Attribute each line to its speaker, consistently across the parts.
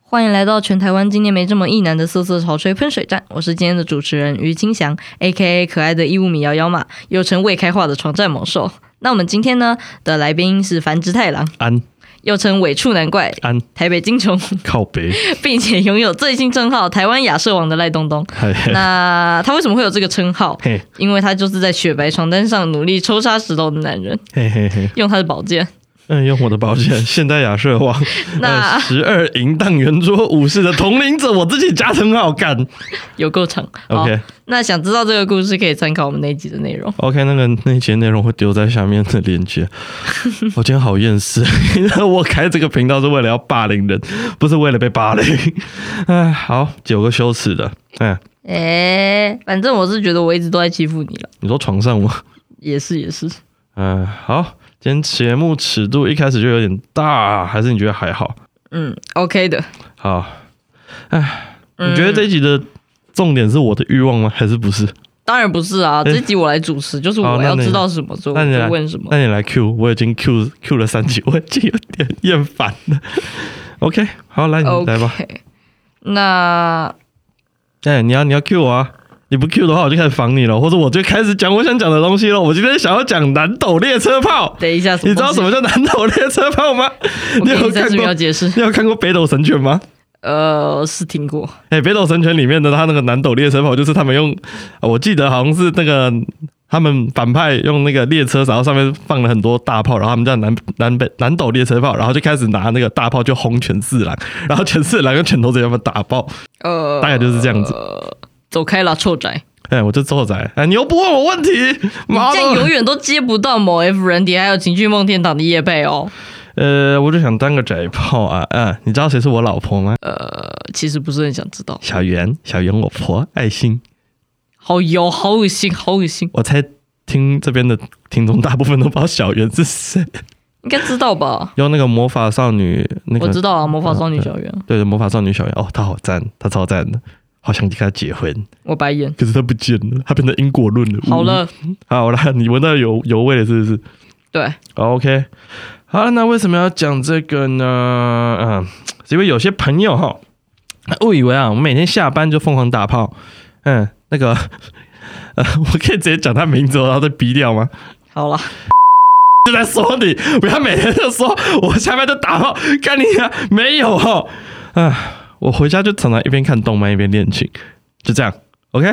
Speaker 1: 欢迎来到全台湾今天没这么意难的色色潮吹喷水站，我是今天的主持人于金祥，A K A 可爱的义务米瑶瑶嘛，又称未开化的床战猛兽。那我们今天呢的来宾是繁殖太郎，
Speaker 2: 安
Speaker 1: 又称尾处男怪，
Speaker 2: 安
Speaker 1: 台北金虫，
Speaker 2: 靠北，
Speaker 1: 并且拥有最新称号台湾亚瑟王的赖东东。
Speaker 2: 嘿嘿
Speaker 1: 那他为什么会有这个称号？
Speaker 2: 嘿
Speaker 1: 因为他就是在雪白床单上努力抽插石头的男人，
Speaker 2: 嘿嘿嘿，
Speaker 1: 用他的宝剑。
Speaker 2: 嗯，用我的宝剑，现代亚瑟王，
Speaker 1: 那
Speaker 2: 呃，十二银弹圆桌武士的统领者，我自己加很好干。
Speaker 1: 有够长。好
Speaker 2: OK
Speaker 1: 那想知道这个故事，可以参考我们那一集的内容。
Speaker 2: OK，那个那一节内容会丢在下面的 链接。我今天好厌世， 因为我开这个频道是为了要霸凌人，不是为了被霸凌。 哎，好，九个羞耻的。哎，
Speaker 1: 哎、反正我是觉得我一直都在欺负你了，
Speaker 2: 你说床上吗？
Speaker 1: 也是也是。
Speaker 2: 嗯，好，今天节目尺度一开始就有点大，还是你觉得还好？
Speaker 1: 嗯，OK 的。
Speaker 2: 好，
Speaker 1: 嗯
Speaker 2: 你觉得这一集的重点是我的欲望吗？还是不是？
Speaker 1: 当然不是 啊，
Speaker 2: 哎
Speaker 1: 这集我来主持，就是
Speaker 2: 好
Speaker 1: 我
Speaker 2: 那
Speaker 1: 要
Speaker 2: 你
Speaker 1: 知道什么，所以
Speaker 2: 那
Speaker 1: 我
Speaker 2: 你来
Speaker 1: 就问什么。
Speaker 2: 那你来 Q，我已经 Q Q 了三集， 我已经有点厌烦了。OK，好，来你来吧。
Speaker 1: OK，那
Speaker 2: 哎、你要你要 Q 我啊！你不 Q 的话，我就开始防你了，或者我就开始讲我想讲的东西了。我今天想要讲南斗列车炮，
Speaker 1: 等一下，
Speaker 2: 你知道什
Speaker 1: 么
Speaker 2: 么叫南斗列车炮吗？
Speaker 1: 东西？我
Speaker 2: 你
Speaker 1: 给
Speaker 2: 有
Speaker 1: 你三
Speaker 2: 看
Speaker 1: 十秒
Speaker 2: 过？
Speaker 1: 解释。
Speaker 2: 你有看过《北斗神拳》吗？
Speaker 1: 呃，是听过，
Speaker 2: 哎、北斗神拳》里面的他那个南斗列车炮，就是他们用，呃我记得好像是那个他们反派用那个列车，然后上面放了很多大炮，然后他们叫南南北南斗列车炮，然后就开始拿那个大炮就轰全四郎，然后全四郎用拳头直接把他们打爆，
Speaker 1: 呃，
Speaker 2: 大概就是这样子。
Speaker 1: 走开啦，臭宅！
Speaker 2: 哎、我就臭仔，哎、你又不问我问题，
Speaker 1: 你
Speaker 2: 妈
Speaker 1: 这样
Speaker 2: 的！
Speaker 1: 永远都接不到某 F 人体还有情趣梦天堂的夜配哦。
Speaker 2: 呃，我就想当个宅炮啊，嗯、你知道谁是我老婆吗？
Speaker 1: 呃，其实不是很想知道。
Speaker 2: 小圆，小圆我婆，爱心。
Speaker 1: 好油，好恶心，好恶心，
Speaker 2: 我猜听这边的听众大部分都不知道小圆是谁，
Speaker 1: 应该知道吧？
Speaker 2: 用那个魔法少女那个嗯
Speaker 1: 我知道啊，魔法少女小圆，
Speaker 2: 对魔法少女小圆，哦，她好赞，她超赞的，好想跟她结婚，
Speaker 1: 我白眼。
Speaker 2: 可是她不见了，她变成因果论了。
Speaker 1: 好
Speaker 2: 呜，
Speaker 1: 了，
Speaker 2: 好了，你闻到油油味了是不是
Speaker 1: 对，
Speaker 2: ？OK，好了，那为什么要讲这个呢？嗯，是因为有些朋友哈，误以为啊，我们每天下班就疯狂打炮，嗯，那个。 呃，我可以直接讲他名字，然后再逼掉吗？
Speaker 1: 好了，
Speaker 2: 就在说你，不要每天就说我下班就打炮，干你啊！没有哦，啊，我回家就常常一边看动漫一边练琴，就这样。OK，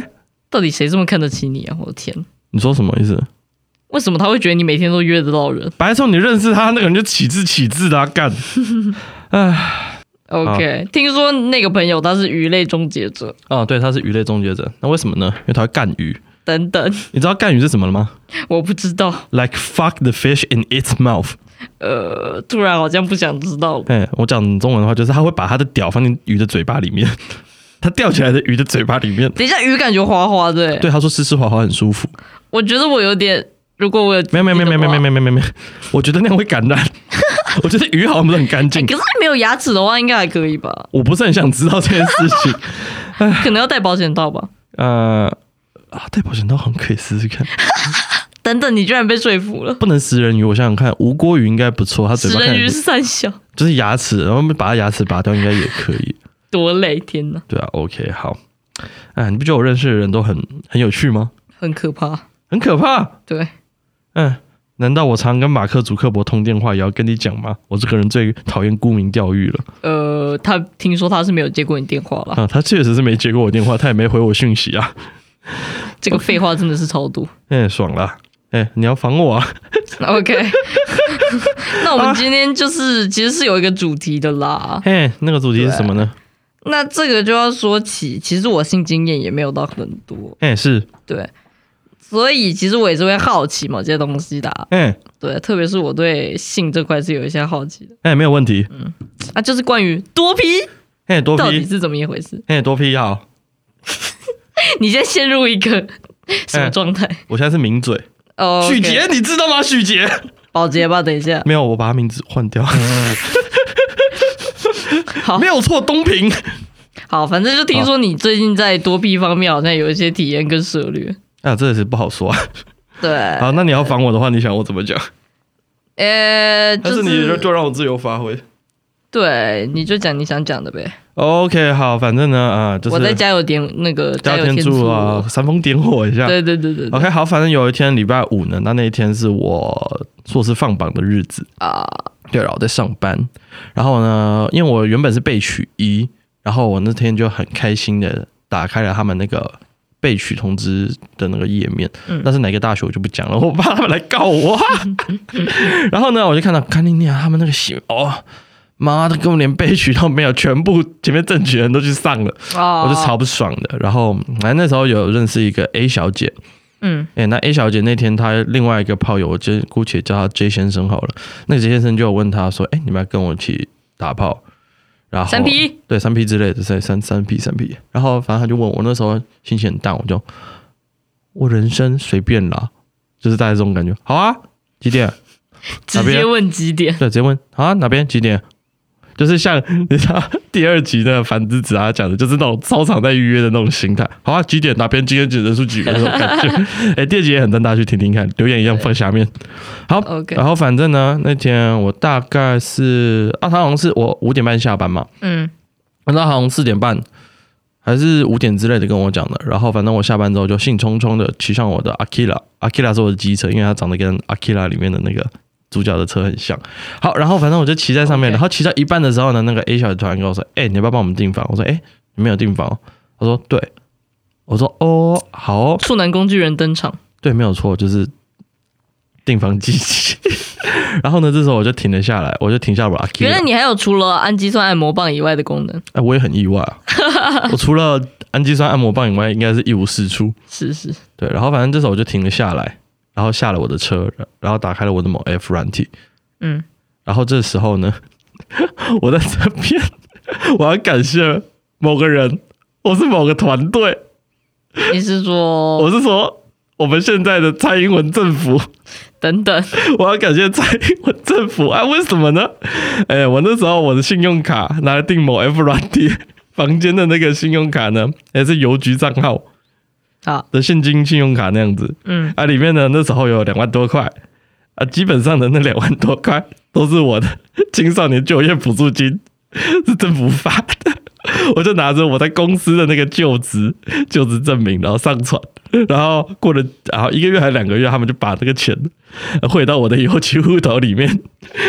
Speaker 1: 到底谁这么看得起你啊？我的天，
Speaker 2: 你说什么意思？
Speaker 1: 为什么他会觉得你每天都约得到人
Speaker 2: 白冲，你认识他那个人就起字起字的、啊、干。唉，
Speaker 1: ？OK，听说那个朋友他是鱼类终结者，
Speaker 2: 哦，对，他是鱼类终结者，那为什么呢？因为他会干鱼。
Speaker 1: 等等，
Speaker 2: 你知道干鱼是什么了吗
Speaker 1: 我不知道。
Speaker 2: ？Like fuck the fish in its mouth。
Speaker 1: 呃，突然好像不想知道了。
Speaker 2: 哎，我讲中文的话就是他会把他的屌放进鱼的嘴巴里面， 他吊起来的鱼的嘴巴里面。
Speaker 1: 等一下，鱼感觉滑滑的、欸，
Speaker 2: 对，他说湿湿滑滑很舒服。
Speaker 1: 我觉得我有点，如果我有
Speaker 2: 没有没有没有没有没有
Speaker 1: 有，
Speaker 2: 没有没有没有，我觉得那样会感染。我觉得鱼好像不是很干
Speaker 1: 哎
Speaker 2: 净，
Speaker 1: 可是没有牙齿的话，应该还可以 吧？
Speaker 2: 我不是很想知道这件事情。
Speaker 1: 可能要戴保险套吧。
Speaker 2: 呃，啊，戴保险套好像可以试试看，
Speaker 1: 等等，你居然被说服了。
Speaker 2: 不能食人鱼，我想想看，无锅鱼应该不错，它嘴
Speaker 1: 食
Speaker 2: 巴看
Speaker 1: 人
Speaker 2: 起
Speaker 1: 鱼
Speaker 2: 来
Speaker 1: 是三小，
Speaker 2: 就是牙齿，然后把它牙齿拔掉应该也可以。
Speaker 1: 多累，天哪，
Speaker 2: 对啊，OK，好。哎，你不觉得我认识的人都很很有趣吗？
Speaker 1: 很可怕。
Speaker 2: 很可怕。
Speaker 1: 对，
Speaker 2: 嗯，难道我常跟马克·祖克伯通电话也要跟你讲吗？我这个人最讨厌沽名钓誉了。
Speaker 1: 呃，他听说他是没有接过你电话啦，
Speaker 2: 啊，他确实是没接过我电话，他也没回我讯息啊。
Speaker 1: 这个废话真的是超多。
Speaker 2: 哎、爽啦！哎、你要防我啊？
Speaker 1: OK，那我们今天就是其实是有一个主题的啦。
Speaker 2: 嘿、哎那个主题是什么呢？
Speaker 1: 那这个就要说起，其实我性经验也没有到很多，
Speaker 2: 哎、是，
Speaker 1: 对，所以其实我也是会好奇某些东西的啊、
Speaker 2: 哎、
Speaker 1: 对，特别是我对性这块是有一些好奇的
Speaker 2: 哎、没有问题。
Speaker 1: 啊，就是关于多批
Speaker 2: 哎、多
Speaker 1: 到底
Speaker 2: 批，
Speaker 1: 是怎么一回事？
Speaker 2: 哎、多批好，
Speaker 1: 你现在陷入一 个什
Speaker 2: 嗯
Speaker 1: 么状态？
Speaker 2: 我现在是名嘴
Speaker 1: 哦，
Speaker 2: 许杰，你知道吗？许杰
Speaker 1: 保洁吧，等一下，
Speaker 2: 没有，我把他名字换掉，
Speaker 1: 嗯 好
Speaker 2: 没有错，东平。
Speaker 1: 好，反正就听说你最近在多批方面好像有一些体验跟涉略。
Speaker 2: 啊，这也是不好说啊。
Speaker 1: 对，
Speaker 2: 好，那你要防我的话，你想我怎么讲？
Speaker 1: 呃，
Speaker 2: 但
Speaker 1: 就是
Speaker 2: 你就就让我自由发挥。
Speaker 1: 对，你就讲你想讲的呗。
Speaker 2: OK，好，反正呢，啊、就是
Speaker 1: 我再加油点那个
Speaker 2: 加
Speaker 1: 油
Speaker 2: 天
Speaker 1: 助
Speaker 2: 助啊，，煽风点火一下。
Speaker 1: 啊对对对对对
Speaker 2: OK，好，反正有一天礼拜五呢，那那一天是我硕士放榜的日子，
Speaker 1: 啊，
Speaker 2: 对了，我在上班。然后呢，因为我原本是备取一，然后我那天就很开心的打开了他们那个备取通知的那个页面，
Speaker 1: 嗯
Speaker 2: 但是哪个大学我就不讲了，我怕他们来告 我。啊然后呢，我就看到看你娘他们那个写哦。妈的，根本连备取都没有，全部前面正取人都去上了，
Speaker 1: 哦
Speaker 2: 我就超不爽的。然后，反正那时候有认识一个 A 小姐，
Speaker 1: 嗯
Speaker 2: 哎、那 A 小姐那天她另外一个炮友，我就姑且叫她 J 先生好了。那个 J 先生就有问她说：“哎、你们要跟我一起打炮？”然后
Speaker 1: 三 P
Speaker 2: 对三 P 之类的，三三三 P 三 P。然后反正他就问我，那时候心情很淡，我就我人生随便啦，就是大概这种感觉。好啊，几点？
Speaker 1: 直接问几点？
Speaker 2: 对，直接问啊哪边几点？就是像你知道第二集的反之子啊讲的，就是那种操场在预约的那种心态。好啊，几点哪边？今天几人数几个那种感觉。 哎、第二集也很淡，大家去听听看，留言一样放下面。好
Speaker 1: OK
Speaker 2: 然后反正呢，那天我大概是啊，他好像是我五点半下班嘛，
Speaker 1: 嗯
Speaker 2: 那他好像四点半还是五点之类的跟我讲的。然后反正我下班之后就兴冲冲的骑上我的 Akira，Akira 是我的机车，因为它长得跟 Akira 里面的那个主角的车很像。好，然后反正我就骑在上面
Speaker 1: OK
Speaker 2: 然后骑到一半的时候呢，那个 A 小姐突然跟我说：“哎、你要不要帮我们订房？”我说：“哎、你没有订房哦？”她说：“对。”我说：“哦，好哦
Speaker 1: 处男工具人登场，
Speaker 2: 对，没有错，就是订房机器。 然后呢，这时候我就停了下来，我就停下我的 Akira。
Speaker 1: 原来你还有除了氨基酸按摩棒以外的功能，
Speaker 2: 哎、我也很意外、啊，我除了氨基酸按摩棒以外，应该是一无是处。
Speaker 1: 是是，
Speaker 2: 对，然后反正这时候我就停了下来，然后下了我的车，然后打开了我的某 F 软体，
Speaker 1: 嗯，
Speaker 2: 然后这时候呢， 我在这边，我要感谢某个人，我是某个团队，
Speaker 1: 你是说
Speaker 2: 我是说我们现在的蔡英文政府。
Speaker 1: 等等，
Speaker 2: 我要感谢蔡英文政府啊！为什么呢？哎、我那时候我的信用卡拿来订某 F 软体房间的那个信用卡呢，也是邮局账号
Speaker 1: 好，
Speaker 2: 的现金信用卡那样子
Speaker 1: 嗯，
Speaker 2: 啊，里面呢那时候有两万多块啊，基本上的那两万多块都是我的青少年就业补助金， 是政府发的。 我就拿着我在公司的那个就职就职证明，然后上传，然后过了然后一个月还是两个月，他们就把这个钱 汇到我的邮局户头里面。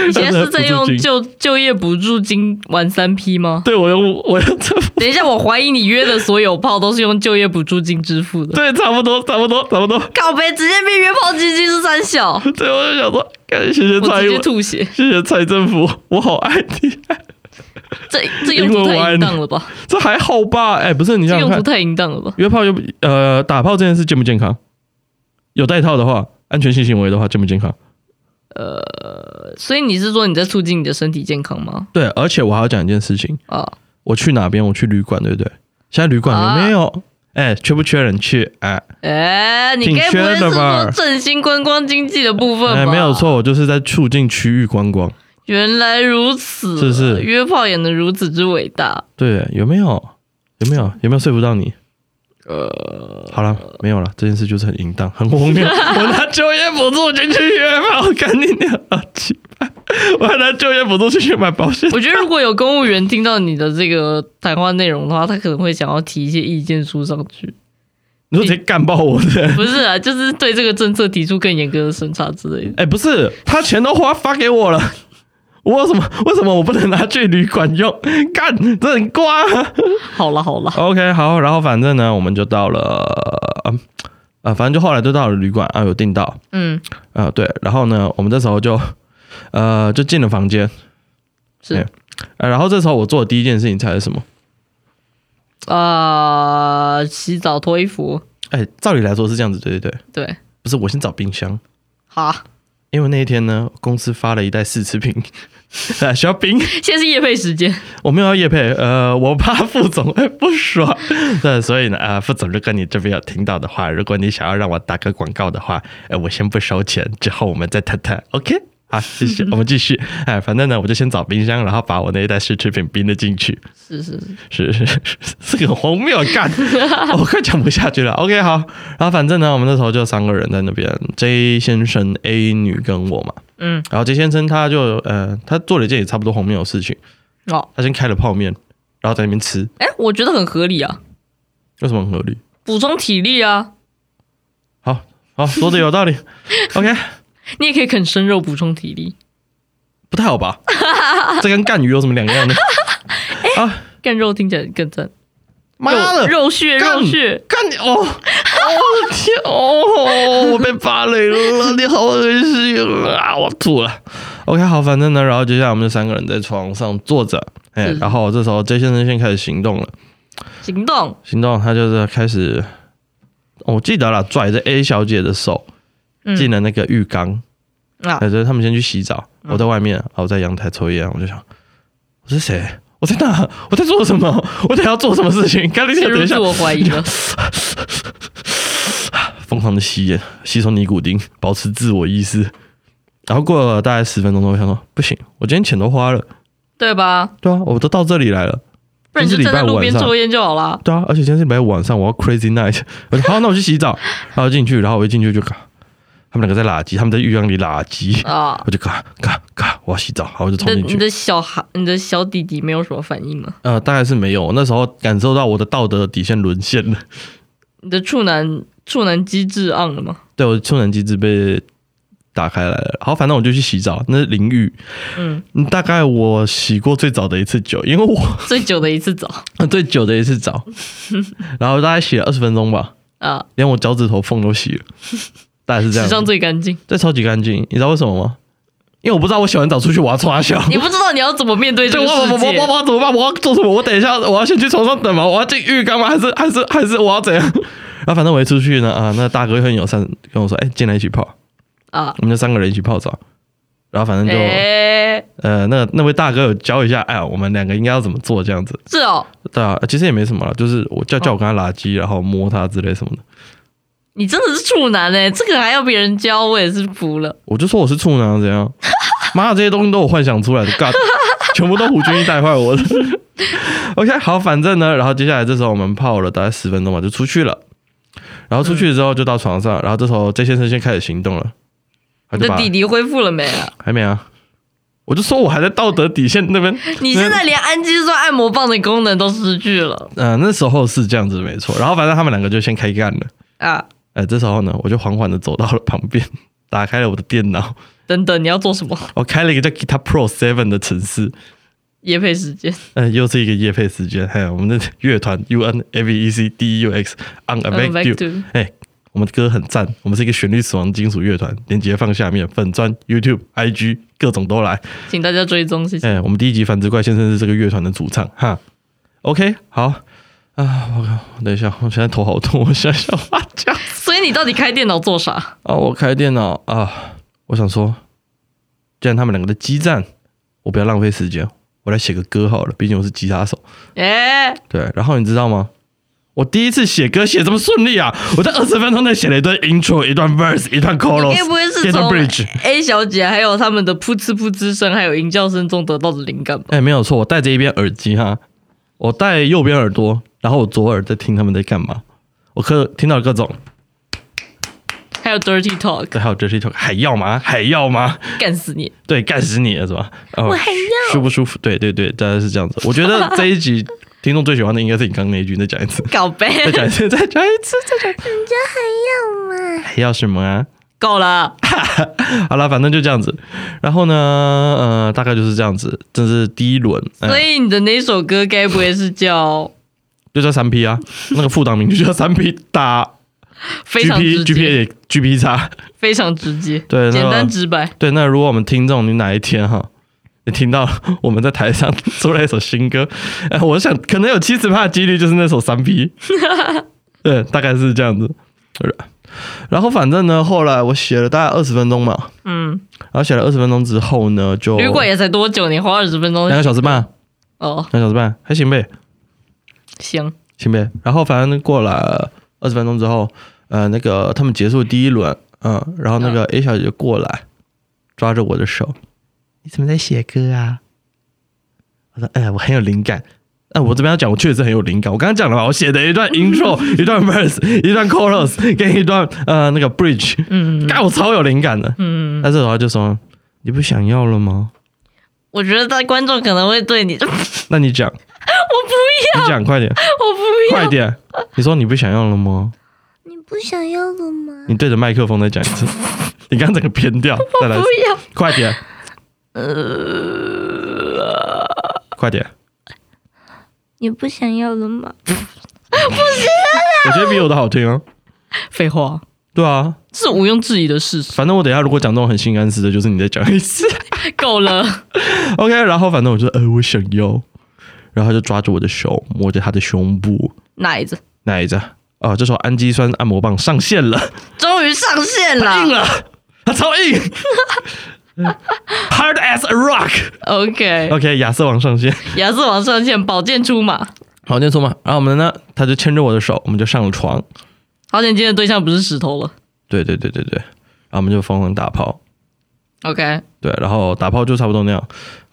Speaker 1: 你现在是在
Speaker 2: 补助
Speaker 1: 用
Speaker 2: 金
Speaker 1: 就就业补助金玩三 P 吗？
Speaker 2: 对我用我用政府
Speaker 1: 等一下，我怀疑你约的所有炮都是用就业补助金支付的。
Speaker 2: 对差不多差不多差不多。
Speaker 1: 靠北直接被约炮基金是三小，
Speaker 2: 对，我就想说，感谢谢
Speaker 1: 我
Speaker 2: 蔡
Speaker 1: 直接
Speaker 2: 英文，
Speaker 1: 吐血，
Speaker 2: 谢谢蔡政府，我好爱你。
Speaker 1: 这这用途太淫荡了吧？
Speaker 2: 这还好吧？哎、不是你
Speaker 1: 这
Speaker 2: 想想
Speaker 1: 用途
Speaker 2: 看，
Speaker 1: 太淫荡了吧？
Speaker 2: 约炮又呃打炮这件事健不健康？有带套的话，安全性行为的话健不健康？
Speaker 1: 所以你是说你在促进你的身体健康吗？
Speaker 2: 对，而且我还要讲一件事情，
Speaker 1: 啊，
Speaker 2: 我去哪边？我去旅馆，对不对？现在旅馆
Speaker 1: 啊
Speaker 2: 有没有？哎、缺不缺人去？哎、
Speaker 1: 哎，你该不会是
Speaker 2: 挺缺的吧
Speaker 1: 说振兴观光经济的部分吧？
Speaker 2: 哎，没有，错，我就是在促进区域观光。
Speaker 1: 原来如此，呃
Speaker 2: 是是
Speaker 1: 约炮也能如此之伟大。
Speaker 2: 对，有没有？有没有？有没有说服到你？呃，好了，没有了。这件事就是很淫荡，很荒 谬。我拿就业补助进去约炮，赶紧的，好奇葩！我还拿就业补助进去买保险。
Speaker 1: 我觉得如果有公务员听到你的这个谈话内容的话，他可能会想要提一些意见书上去。
Speaker 2: 你说直接干爆我的？
Speaker 1: 不是啊，就是对这个政策提出更严格的审查之类的。
Speaker 2: 哎、不是，他钱都花发给我了，我有什么？为什么我不能拿去旅馆用？干，这很瓜、啊
Speaker 1: 好了好了，
Speaker 2: OK，好，然后反正呢，我们就到了，嗯啊、反正就后来就到了旅馆啊，有订到啊、
Speaker 1: 嗯，
Speaker 2: 对，然后呢，我们这时候就呃就进了房间，
Speaker 1: 是
Speaker 2: 哎呃，然后这时候我做的第一件事情猜是什么？
Speaker 1: 啊、洗澡脱衣服，
Speaker 2: 哎，照理来说是这样子，对对对，
Speaker 1: 对，
Speaker 2: 不是我先找冰箱，
Speaker 1: 好，
Speaker 2: 因为那一天呢，公司发了一袋试吃品， 呃，需要冰，
Speaker 1: 现在是夜配时间，
Speaker 2: 我没有要叶配，呃，我怕副总会不爽，对，所以呢，啊、副总，如果你这边有听到的话，如果你想要让我打个广告的话，呃，我先不收钱，之后我们再谈谈，OK？好，谢谢，我们继续，哎，反正呢，我就先找冰箱，然后把我那一袋试吃品冰了进去，
Speaker 1: 是是是，
Speaker 2: 是是是，是个很荒谬的干，我快讲不下去了。OK，好，然后反正呢，我们那时候就三个人在那边，J 先生、A 女跟我嘛，
Speaker 1: 嗯，
Speaker 2: 然后 J 先生他就呃，他做了一件也差不多荒谬的事情，
Speaker 1: 哦，
Speaker 2: 他先开了泡面，然后在那边吃，
Speaker 1: 哎、我觉得很合理啊，
Speaker 2: 为什么很合理？
Speaker 1: 补充体力啊，
Speaker 2: 好好说的有道理，OK，
Speaker 1: 你也可以啃生肉补充体力，
Speaker 2: 不太好吧？这跟干鱼有什么两样呢？啊，
Speaker 1: 干肉听起来更赞，
Speaker 2: 妈的
Speaker 1: 肉，肉血
Speaker 2: 干
Speaker 1: 肉血，
Speaker 2: 干你哦！哦天哦，我被芭蕾了，你好恶心啊！我吐了。OK，好，反正呢，然后接下来我们就三个人在床上坐着，哎、
Speaker 1: 是
Speaker 2: 然后这时候 J 先生先开始行动了，
Speaker 1: 行动，
Speaker 2: 行动他就是开始，哦我记得了，拽着 A 小姐的手
Speaker 1: 嗯
Speaker 2: 进了那个浴缸，
Speaker 1: 啊
Speaker 2: 哎、，就是他们先去洗澡，
Speaker 1: 嗯
Speaker 2: 我在外面，啊，我在阳台抽烟，我就想，我是谁？我在哪？我在做什么？我等一下要做什么事情？赶紧
Speaker 1: 陷
Speaker 2: 等
Speaker 1: 入
Speaker 2: 一下
Speaker 1: 自，我怀疑了，
Speaker 2: 疯狂的吸烟，吸收尼古丁，保持自我意识。然后过了大概十分钟之后，我想说不行，我今天钱都花了，
Speaker 1: 对吧？
Speaker 2: 对啊，我都到这里来了，
Speaker 1: 不然你
Speaker 2: 今
Speaker 1: 就
Speaker 2: 天
Speaker 1: 站
Speaker 2: 是礼拜
Speaker 1: 在
Speaker 2: 五
Speaker 1: 路
Speaker 2: 晚
Speaker 1: 边
Speaker 2: 上
Speaker 1: 抽烟就好啦。
Speaker 2: 对啊，而且今天是礼拜五晚上，我要 crazy night，我说好，那我去洗澡，然后进去，然后我一进去就嘎，他们两个在拉鸡，他们在浴缸里拉鸡，
Speaker 1: 啊。
Speaker 2: 我就嘎嘎嘎，我要洗澡，好，我
Speaker 1: 你
Speaker 2: 就冲
Speaker 1: 的
Speaker 2: 进
Speaker 1: 你
Speaker 2: 去，
Speaker 1: 的小孩，你的小弟弟没有什么反应吗？
Speaker 2: 呃，大概是没有，那时候感受到我的道德底线沦陷了，
Speaker 1: 你的处男处男机制 on 了吗？
Speaker 2: 对我的充能机制被打开来了，好，反正我就去洗澡，那是淋浴，
Speaker 1: 嗯，
Speaker 2: 嗯大概我洗过最早的一次酒，因为我
Speaker 1: 最久的一次澡
Speaker 2: 最久的一次澡，然后大概洗了二十分钟吧，
Speaker 1: 啊，
Speaker 2: 连我脚趾头缝都洗了，大概是这
Speaker 1: 史上
Speaker 2: 样。
Speaker 1: 最干净。
Speaker 2: 这超级干净，你知道为什么吗？因为我不知道我洗完澡出去我要冲小。
Speaker 1: 你不知道你要怎么面对这
Speaker 2: 对，
Speaker 1: 个
Speaker 2: 我我
Speaker 1: 世
Speaker 2: 我
Speaker 1: 界
Speaker 2: 我，我我怎么办？我要做什么？我等一下，我要先去床上等吗？我要进浴缸吗？还是还是还是我要怎样？然后反正我一出去呢，啊，那大哥很友善跟我说，哎、进来一起泡，
Speaker 1: 啊！
Speaker 2: 我们就三个人一起泡澡。然后反正就、
Speaker 1: 哎、
Speaker 2: 呃，那那位大哥有教一下，哎，我们两个应该要怎么做这样子。
Speaker 1: 是哦，
Speaker 2: 对啊，其实也没什么了，就是我叫叫我跟他拉鸡，然后摸他之类什么的。
Speaker 1: 你真的是处男 哎、这个还要别人教，我也是服了。
Speaker 2: 我就说我是处男啊怎样？妈的，这些东西都我幻想出来的，God，全部都胡军一带坏我的。OK，好，反正呢，然后接下来这时候我们泡了大概十分钟吧，就出去了。然后出去之后就到床上，然后这时候 J 先生先开始行动了，他
Speaker 1: 你
Speaker 2: 就
Speaker 1: 的
Speaker 2: 把
Speaker 1: 弟弟恢复了没 啊？
Speaker 2: 还没啊，我就说我还在道德底线那边。
Speaker 1: 你现在连氨基酸按摩棒的功能都失去了
Speaker 2: 呃，那时候是这样子没错。然后反正他们两个就先开干了。
Speaker 1: 啊！
Speaker 2: 呃，这时候呢，我就缓缓的走到了旁边，打开了我的电脑，
Speaker 1: 等等，你要做什么？
Speaker 2: 我开了一个叫 Guitar Pro Seven 的城市，
Speaker 1: 夜配时间
Speaker 2: 嗯、又是一个夜配时间。还有我们的乐团 U N A V E C D U X on a
Speaker 1: I'm
Speaker 2: back
Speaker 1: back
Speaker 2: d u
Speaker 1: to
Speaker 2: 我们的歌很赞，我们是一个旋律死亡金属乐团。链接放下面，粉砖、YouTube、IG 各种都来。
Speaker 1: 请大家追踪，谢谢。
Speaker 2: 哎、我们第一集《繁殖怪先生》是这个乐团的主唱哈。OK，好啊，我靠，等一下，我现在头好痛，我想想话讲
Speaker 1: 所以你到底开电脑做啥？
Speaker 2: 啊，我开电脑啊，我想说，既然他们两个在激战，我不要浪费时间，我来写个歌好了，毕竟我是吉他手。
Speaker 1: 哎、
Speaker 2: 对，然后你知道吗？我第一次写歌写这么顺利啊！我在二十分钟内写了一段 intro、一段 verse、一段 chorus，
Speaker 1: 该不会
Speaker 2: 一
Speaker 1: 是
Speaker 2: 段
Speaker 1: 从
Speaker 2: bridge。
Speaker 1: A 小姐还有他们的噗嗤噗嗤声，还有吟叫声中得到的灵感吧？
Speaker 2: 哎、没有错，我戴着一边耳机哈，我戴右边耳朵，然后我左耳在听他们在干嘛。我可听到各种，
Speaker 1: 还有 Dirty Talk，
Speaker 2: 对，还有这是一条还要吗？还要吗？
Speaker 1: 干死 你！
Speaker 2: 对，干死你了是吧？哦、
Speaker 1: 我还要
Speaker 2: 舒不舒服？对对对，大概是这样子。我觉得这一集听众最喜欢的应该是你刚刚那一句，你再讲一次，
Speaker 1: 搞呗，
Speaker 2: 再讲一次，再讲一次，再 讲一次。人家还要吗？还要什么啊？
Speaker 1: 够了。
Speaker 2: 好了，反正就这样子。然后呢，呃，大概就是这样子。这是第一轮，嗯
Speaker 1: 所以你的那首歌该不会是叫
Speaker 2: 就叫三 P 啊，那个副档名就叫三 P 打
Speaker 1: 非常
Speaker 2: GP
Speaker 1: 直接、
Speaker 2: GP GP 叉。
Speaker 1: 非常直接、
Speaker 2: 对，
Speaker 1: 简
Speaker 2: 那
Speaker 1: 单直白？
Speaker 2: 对。那如果我们听众你哪一天哈，你听到我们在台上 出了一首新歌，哎、我想可能有七十趴的几率就是那首三 P。对，大概是这样子。然后反正呢，后来我写了大概二十分钟嘛，
Speaker 1: 嗯，
Speaker 2: 然后写了二十分钟之后呢，就
Speaker 1: 旅馆
Speaker 2: 两
Speaker 1: 也才多久？你花二十分钟
Speaker 2: 个小时半，
Speaker 1: 哦，
Speaker 2: 两个小时半还行呗。
Speaker 1: 行，
Speaker 2: 行呗。然后反正过了二十分钟之后，呃，那个他们结束第一轮，嗯，然后那个 A 小姐就过来，抓着我的手，你怎么在写歌啊？我说，哎、我很有灵感。哎、我这边要讲，我确实很有灵感。我刚刚讲了嘛，我写的一段 intro、一段 verse、一段 chorus 跟一段呃那个 bridge，
Speaker 1: 嗯
Speaker 2: 干我超有灵感的。
Speaker 1: 嗯，
Speaker 2: 但是我就说，你不想要了吗？
Speaker 1: 我觉得大观众可能会对你，我
Speaker 2: 那你 讲，
Speaker 1: 不
Speaker 2: 你讲快点，
Speaker 1: 要， 我
Speaker 2: 快
Speaker 1: 不要，
Speaker 2: 点！你说你不想要了吗？
Speaker 3: 你不想要了吗？
Speaker 2: 你对着麦克风再讲一次。 你刚刚整个偏掉，再来一次，
Speaker 1: 不要，
Speaker 2: 快点！快点！
Speaker 3: 你不想要了吗？
Speaker 2: 我觉得比我的好听哦。
Speaker 1: 废话，
Speaker 2: 对啊，
Speaker 1: 这是毋庸置疑的事实。
Speaker 2: 反正我等一下如果讲这种很性暗示的，就是你再讲一次。
Speaker 1: 够了，
Speaker 2: OK，然后反正我就呃，我想要，然后他就抓住我的手，摸着他的胸部，
Speaker 1: 奶子
Speaker 2: 那一下。哦，这时候氨基酸按摩棒上线了，
Speaker 1: 终于上线
Speaker 2: 它硬
Speaker 1: 了。
Speaker 2: 了，它超硬，hard as a rock。
Speaker 1: OK，
Speaker 2: OK，亚瑟王上线。
Speaker 1: 亚瑟王上线，宝剑出马。
Speaker 2: 好，那错嘛。然后我们呢，他就牵着我的手，我们就上了床。
Speaker 1: 好险，今天的对象不是石头了。
Speaker 2: 对对对对对，然后我们就疯狂打炮。
Speaker 1: OK，
Speaker 2: 对，然后打炮就差不多那样。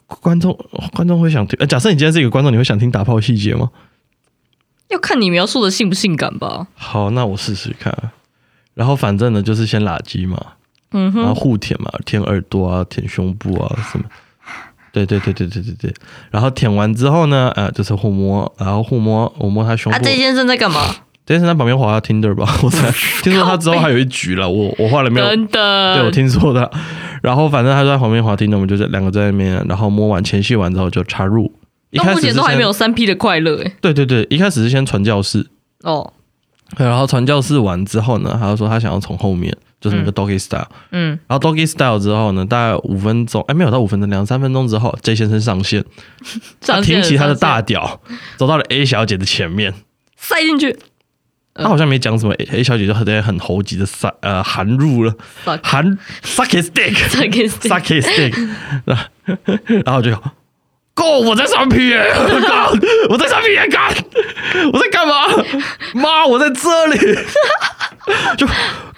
Speaker 2: 观众观众会想听，呃，假设你今天是一个观众，你会想听打炮细节吗？
Speaker 1: 要看你描述的性不性感吧。
Speaker 2: 好，那我试试看啊。然后反正呢，就是先拉鸡嘛，
Speaker 1: 嗯
Speaker 2: 然后
Speaker 1: 哼，
Speaker 2: 互舔嘛，舔耳朵啊，舔胸部啊什么。对对对对对对对。然后舔完之后呢，呃，就是互摸，然后互摸，我摸他胸部。
Speaker 1: 啊，这先生在干嘛？
Speaker 2: 杰森在旁边滑他 Tinder 吧， 我猜。听说他之后还有一局了，我我后来没有。
Speaker 1: 等
Speaker 2: 对，我
Speaker 1: 等，
Speaker 2: 听说的。 然后反正他就在旁边滑 Tinder，我们就在两个在那边，然后摸完前戏完之后就插入。一
Speaker 1: 到
Speaker 2: 开
Speaker 1: 目
Speaker 2: 始
Speaker 1: 前
Speaker 2: 是
Speaker 1: 都还
Speaker 2: 先
Speaker 1: 没有三 P 的快乐哎。
Speaker 2: 对对对，一开始是先传教士，
Speaker 1: 哦，
Speaker 2: 然后传教士完之后呢，他就说他想要从后面，就是那个 Doggy Style、
Speaker 1: 嗯，
Speaker 2: 然后 Doggy Style 之后呢，大概五分钟，哎，没有到五分钟，两三分钟之后，J 先生上线，他
Speaker 1: 上线
Speaker 2: 挺
Speaker 1: 了
Speaker 2: 起他的
Speaker 1: 上线
Speaker 2: 大屌，走到了 A 小姐的前面。
Speaker 1: 塞进去，嗯
Speaker 2: 他好像没讲什么，A A 小姐就很很猴急的塞呃含 入了，
Speaker 1: Suck
Speaker 2: 含 suck his dick。
Speaker 1: 这个是
Speaker 2: suck his dick，然后我就够我在上皮耶，干我在上皮耶干，我在干嘛？妈，我在这里，就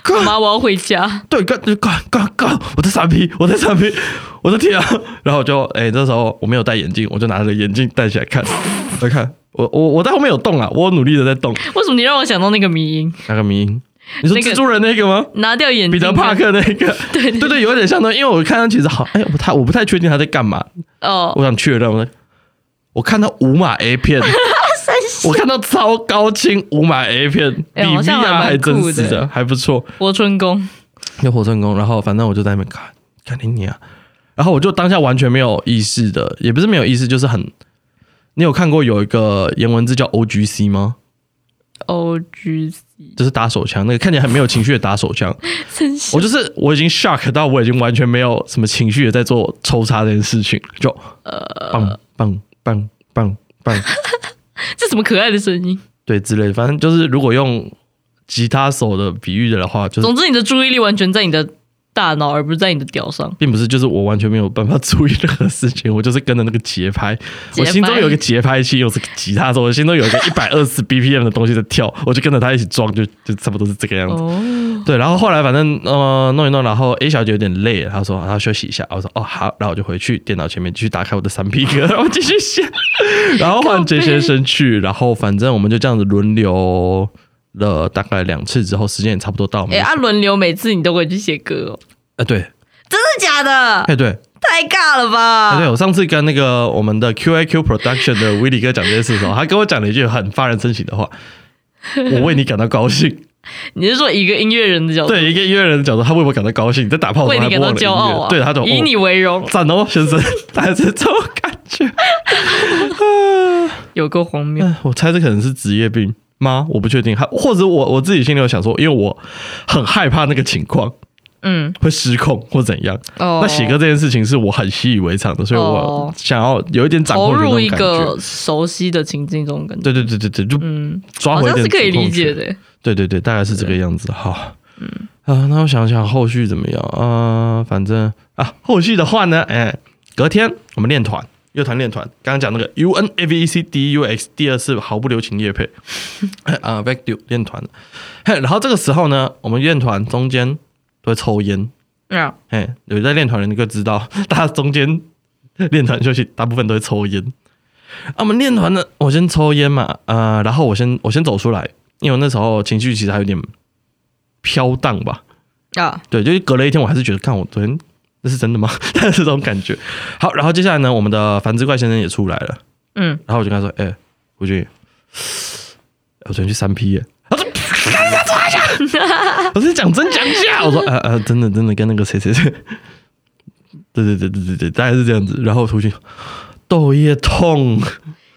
Speaker 2: 干
Speaker 1: 妈，我要回家。
Speaker 2: 对干就干干干，我在上皮，我在上皮，我的天啊！然后我就哎、这时候我没有戴眼镜，我就拿着眼镜戴起来看，来看我我我在后面有动啊，我努力的在动，
Speaker 1: 为什么你让我想到那个迷音？
Speaker 2: 那个迷音，你说
Speaker 1: 那个
Speaker 2: 蜘蛛人那个吗？
Speaker 1: 拿掉眼镜，
Speaker 2: 彼得帕克那个，
Speaker 1: 对
Speaker 2: 对对，有点像的，因为我看他其实好，哎，我他我不太确定他在干嘛，
Speaker 1: 哦，
Speaker 2: 我想确认，我我看到五码 A 片，我看到超高清五码 A 片，
Speaker 1: 哎
Speaker 2: 比
Speaker 1: 好像
Speaker 2: VR
Speaker 1: 还
Speaker 2: 还
Speaker 1: 蛮
Speaker 2: 真
Speaker 1: 酷
Speaker 2: 实的，
Speaker 1: 的
Speaker 2: 还不错。
Speaker 1: 活春宫，
Speaker 2: 又火成功，然后反正我就在那边看，看你你啊，然后我就当下完全没有意识的，也不是没有意识，就是很。你有看过有一个颜文字叫 O G C 吗？
Speaker 1: O G C，
Speaker 2: 就是打手枪，那个看起来很没有情绪的打手枪。
Speaker 1: 真是
Speaker 2: 我就是我已经 shock 到我已经完全没有什么情绪的在做抽插这件事情，就呃棒棒棒棒棒
Speaker 1: 这什么可爱的声音？
Speaker 2: 对之类的，反正就是如果用吉他手的比喻的话，就是
Speaker 1: 总之，你的注意力完全在你的大脑，而不是在你的屌上。
Speaker 2: 并不是就是我完全没有办法 注意任何事情，我就是跟着那个节拍，
Speaker 1: 节拍
Speaker 2: 我心中有一个节拍器，又是个吉他手，我心中有一个一百二十 BPM 的东西在跳，我就跟着它一起撞，就就差不多是这个样子。
Speaker 1: 哦，
Speaker 2: 对，然后后来反正呃弄一弄，然后 A 小姐有点累了，她说她要休息一下，我说哦好，然后我就回去电脑前面继续打开我的三 P 歌，然后继续写，然后换 J 先生去，然后反正我们就这样子轮流了大概两次之后，时间也差不多到，我们
Speaker 1: 哎，
Speaker 2: 就
Speaker 1: 啊，轮流每次你都会去写歌哦，
Speaker 2: 呃对，
Speaker 1: 真的假的？
Speaker 2: 哎对，
Speaker 1: 太尬了
Speaker 2: 哎对，
Speaker 1: 吧！
Speaker 2: 我上次跟那个我们的 QAQ Production 的 Willy 哥讲这件事的时候，他跟我讲了一句很发人深省的 话，我为你感到高兴。
Speaker 1: 你是说以一个音乐人的角度，
Speaker 2: 对一个音乐人的角度，他为我感到高兴，你在打炮的
Speaker 1: 为
Speaker 2: 时候
Speaker 1: 你
Speaker 2: 还
Speaker 1: 感到
Speaker 2: 播我的音
Speaker 1: 骄傲
Speaker 2: 乐，
Speaker 1: 啊？
Speaker 2: 对他哦懂
Speaker 1: 以你为荣，
Speaker 2: 赞哦，先生， 大概是这种感觉。
Speaker 1: 有够荒谬。
Speaker 2: 唉 我猜这可能是职业病吗？我不确定，还或者我我自己心里有想说，因为我很害怕那个情况
Speaker 1: 嗯，
Speaker 2: 会失控或怎样。
Speaker 1: 哦，
Speaker 2: 那写歌这件事情是我很习以为常的，所以我
Speaker 1: 哦
Speaker 2: 想要有一点掌
Speaker 1: 投
Speaker 2: 控
Speaker 1: 入一
Speaker 2: 权的那种感觉。
Speaker 1: 个熟悉的情境中，感觉
Speaker 2: 对对对对对，就
Speaker 1: 嗯，
Speaker 2: 抓
Speaker 1: 好
Speaker 2: 回一
Speaker 1: 像
Speaker 2: 点
Speaker 1: 是可以
Speaker 2: 主控
Speaker 1: 理解
Speaker 2: 权。
Speaker 1: 的。
Speaker 2: 对对对，大概是这个样子。好，啊，那我想想后续怎么样啊、呃反正啊，后续的话呢，哎，隔天我们练团，乐团练团，刚刚讲那个 U N A V E C D U X 第二次毫不留情夜配 哎啊 v a c d u 练团。嘿，然后这个时候呢，我们练团中间都会抽烟。
Speaker 1: 嗯，
Speaker 2: 哎，有在练团的人就知道， 大家中间练团休息，大部分都会抽烟。啊，我们练团呢，我先抽烟嘛，呃，然后我先我先走出来，因为我那时候情绪其实还有点飘荡吧。
Speaker 1: 啊，
Speaker 2: 对，就是隔了一天，我还是觉得，看我昨天那是真的吗？ 但是这种感觉。好，然后接下来呢，我们的繁殖怪先生也出来了，
Speaker 1: 嗯，
Speaker 2: 然后我就跟他说：“哎、胡军，我昨天去三 P 耶。”他说：“啊 我是讲真讲假。”我说：“呃呃，真的真的跟那个谁谁谁， 对对对对对对，大概是这样子。”然后胡军豆叶痛，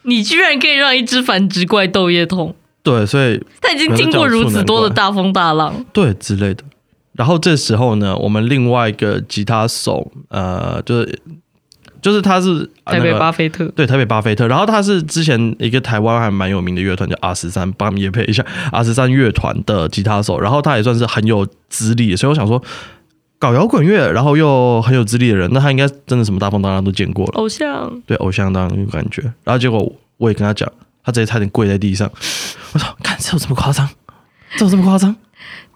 Speaker 1: 你居然可以让一只繁殖怪斗夜痛，
Speaker 2: 对，所以
Speaker 1: 他已经经过如此多的大风大浪，
Speaker 2: 对之类的。然后这时候呢，我们另外一个吉他手，呃，就是就是他是、呃
Speaker 1: 台
Speaker 2: 那
Speaker 1: 北
Speaker 2: 个
Speaker 1: 巴菲特。
Speaker 2: 对，台北巴菲特。然后他是之前一个台湾还蛮有名的乐团叫 R 十三，帮他们也配一下 R 十三乐团的吉他手。然后他也算是很有资历，所以我想说，搞摇滚乐，然后又很有资历的人，那他应该真的什么大风大浪都见过了，
Speaker 1: 偶像，
Speaker 2: 对偶像当然有感觉。然后结果我也跟他讲，他直接差点跪在地上。我说：“看这有这么夸张？这有这么夸张？”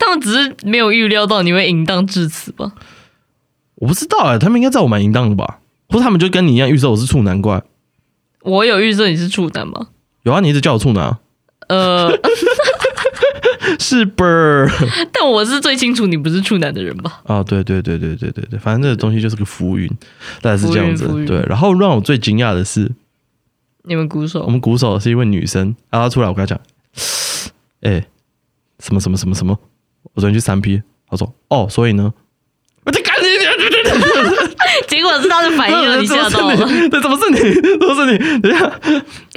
Speaker 1: 他们只是没有预料到你会淫荡至此吧？
Speaker 2: 我不知道哎、他们应该知道我蛮淫荡的吧？或者他们就跟你一样预设我是处男怪？
Speaker 1: 我有预设你是处男吗？
Speaker 2: 有啊，你一直叫我处男、啊，
Speaker 1: 呃，
Speaker 2: 是啵儿？
Speaker 1: 但我是最清楚你不是处男的人吧？
Speaker 2: 啊，对对对对对对对，反正这个东西就是个浮云，大概是这样子
Speaker 1: 浮云浮。云
Speaker 2: 对，然后让我最惊讶的是，
Speaker 1: 你们鼓手
Speaker 2: 我，们鼓手是一位女生，然后她出来我跟她讲，哎、什么什么什么什么，我昨天去三 P，她说哦，所以呢，我就赶紧。
Speaker 1: 结果是他的 反应哎啊让你吓到了。
Speaker 2: 对，怎么是你？怎么是你？等一下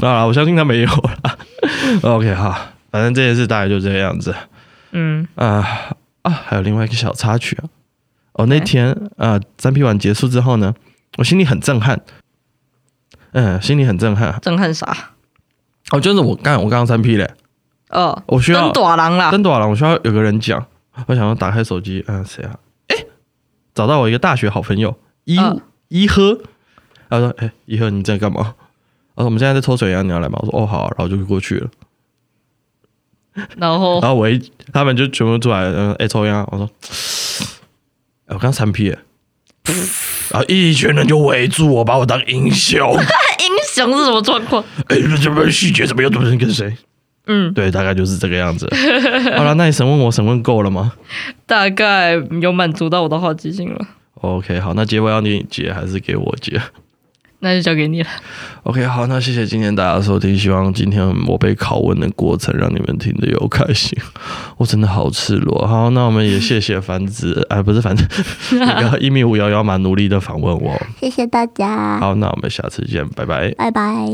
Speaker 2: 啊，我相信他没有啦。OK，好，反正这件事大概就这个样子
Speaker 1: 嗯，
Speaker 2: 啊啊，还有另外一个小插曲啊。哦，
Speaker 1: 哎
Speaker 2: 那天啊，三 P 完结束之后呢，我心里很震撼，嗯，心里很震撼。
Speaker 1: 震撼啥？
Speaker 2: 哦，就是我刚我刚刚三 P 嘞，
Speaker 1: 哦，
Speaker 2: 我需要
Speaker 1: 真短郎啦，
Speaker 2: 真短了，我需要有个人讲。我想要打开手机，嗯，谁啊？哎，找到我一个大学好朋友一
Speaker 1: 嗯
Speaker 2: 一喝，他说：“哎，一喝你在干嘛？”他说：“我们现在在抽水啊，你要来吗？”我说：“哦，好啊、然后就过去了。
Speaker 1: 然后
Speaker 2: 然后我一他们就全部出来，嗯，哎，抽烟啊。我说：“哎，我刚三 P 了。”然后一群人就围住我，把我当英雄。
Speaker 1: 英雄是什么状况？
Speaker 2: 哎，这边细节怎么样？怎么样跟谁？
Speaker 1: 嗯，
Speaker 2: 对，大概就是这个样子。好了，那你审问我审问够了吗
Speaker 1: 大概有满足到我的好奇心了，
Speaker 2: ？OK，好，那结尾要你结还是给我结？
Speaker 1: 那就交给你了。
Speaker 2: OK，好，那谢谢今天大家的收听，希望今天我被拷问的过程让你们听得有开心。我真的好赤裸。好，那我们也谢谢繁殖，哎，不是繁殖， 那个一米五幺幺蛮努力的访问我。
Speaker 3: 谢谢大家，
Speaker 2: 好，那我们下次见，拜拜。
Speaker 3: 拜拜。